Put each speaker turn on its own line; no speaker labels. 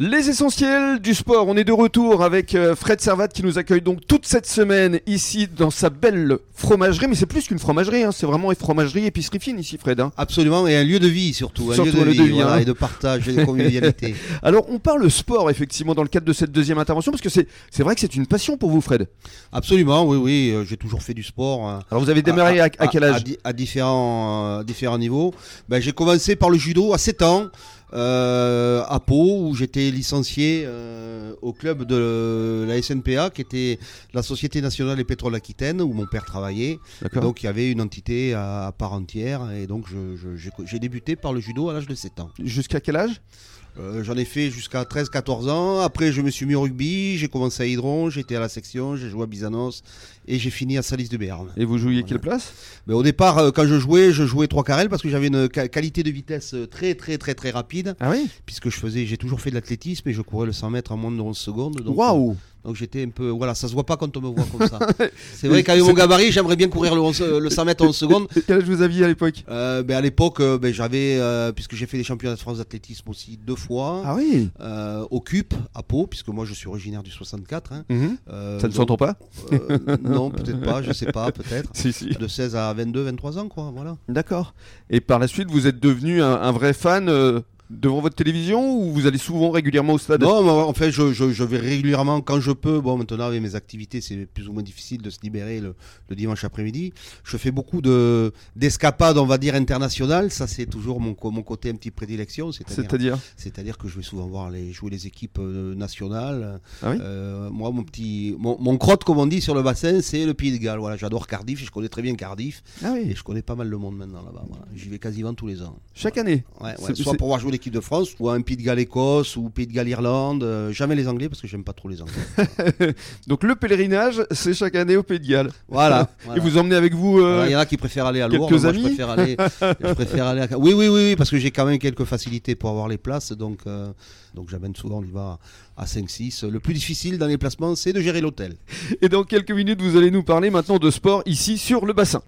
Les essentiels du sport, on est de retour avec euh, Fred Servat qui nous accueille donc toute cette semaine ici dans sa belle fromagerie, mais c'est plus qu'une fromagerie, hein, c'est vraiment une fromagerie épicerie fine ici Fred. hein.
Absolument, et un lieu de vie surtout, un
Surtout
lieu de
un lieu
vie,
de vie,
voilà,
hein.
et de partage et de convivialité.
Alors on parle sport effectivement dans le cadre de cette deuxième intervention parce que c'est c'est vrai que c'est une passion pour vous Fred.
Absolument, oui, oui, euh, j'ai toujours fait du sport. euh,
Alors vous avez démarré à, à quel
à
âge
di- à différents, euh, différents niveaux. Ben, j'ai commencé par le judo à 7 ans, euh, à Pau, où j'étais licencié euh, au club de la SNPA, qui était la Société Nationale des Pétroles Aquitaine, où mon père travaillait.
D'accord.
Donc il y avait une entité à, à part entière, et donc je- je- j'ai j'ai débuté par le judo à l'âge de 7 ans.
Jusqu'à quel âge
Euh, J'en ai fait jusqu'à 13-14 ans. Après, je me suis mis au rugby. J'ai commencé à Hydron. J'étais à la section. J'ai joué à Bizanos. Et j'ai fini à Salis de Béarn.
Et vous jouiez quelle place
Mais au départ, euh, quand je jouais, je jouais trois carrels parce que j'avais une qua- qualité de vitesse euh, très, très, très, très rapide.
Ah oui
Puisque je faisais, j'ai toujours fait de l'athlétisme et je courais le 100 mètres en moins de 11 secondes. Donc, euh,
Waouh
donc j'étais un peu. Voilà, ça se voit pas quand on me voit comme ça. C'est
Mais
vrai qu'avec
c'est-
mon gabarit, j'aimerais bien courir le, 11 euh, le 100 mètres en 11 secondes.
Quel âge vous aviez à l'époque
Euh, ben, à l'époque, euh, ben, j'avais, euh, puisque j'ai fait les championnats de France d'athlétisme aussi deux fois
Ah oui
euh, occupe à Pau, puisque moi je suis originaire du 64. hein.
Mhm.
Euh,
Ça ne
donc,
s'entend pas
euh, Non, peut-être pas, je sais pas, peut-être.
Si si.
De 16 à 22, 23 ans, quoi, voilà.
D'accord. Et par la suite, vous êtes devenu un, un vrai fan euh, devant votre télévision ou vous allez souvent régulièrement au stade
Non, mais en fait, je, je- je vais régulièrement quand je peux. Bon, maintenant, avec mes activités, c'est plus ou moins difficile de se libérer le, le dimanche après-midi. Je fais beaucoup de d'escapades, on va dire, internationales. Ça, c'est toujours mon, co- mon côté un petit prédilection. C'est-à-dire
C'est-à-dire
C'est-à-dire que je vais souvent voir les, jouer les équipes euh, nationales.
Ah oui
Euh, moi, mon petit, mon, mon crotte, comme on dit sur le bassin, c'est le Pays de Galles. Voilà, j'adore Cardiff, je connais très bien Cardiff
Ah
et je connais pas mal le monde maintenant là-bas. Voilà. J'y vais quasiment tous les ans.
Chaque année.
Ouais, ouais,
C'est-
soit pour voir jouer l'équipe de France, soit un Pays de Galles Écosse ou Pays de Galles Irlande. Euh, jamais les Anglais parce que j'aime pas trop les Anglais.
Donc le pèlerinage, c'est chaque année au Pays de Galles.
Voilà.
Et vous emmenez avec vous euh,
Voilà, Il y en a qui préfèrent aller à Lourdes.
quelques
Moi,
amis
je préfère aller. je préfère aller à... Oui, oui, oui, oui, parce que j'ai quand même quelques facilités pour avoir les places, donc euh, donc j'amène souvent, on y va à 5-6. Le plus difficile dans les placements, c'est de gérer l'hôtel.
Et dans quelques minutes, vous allez nous parler maintenant de sport ici sur le bassin.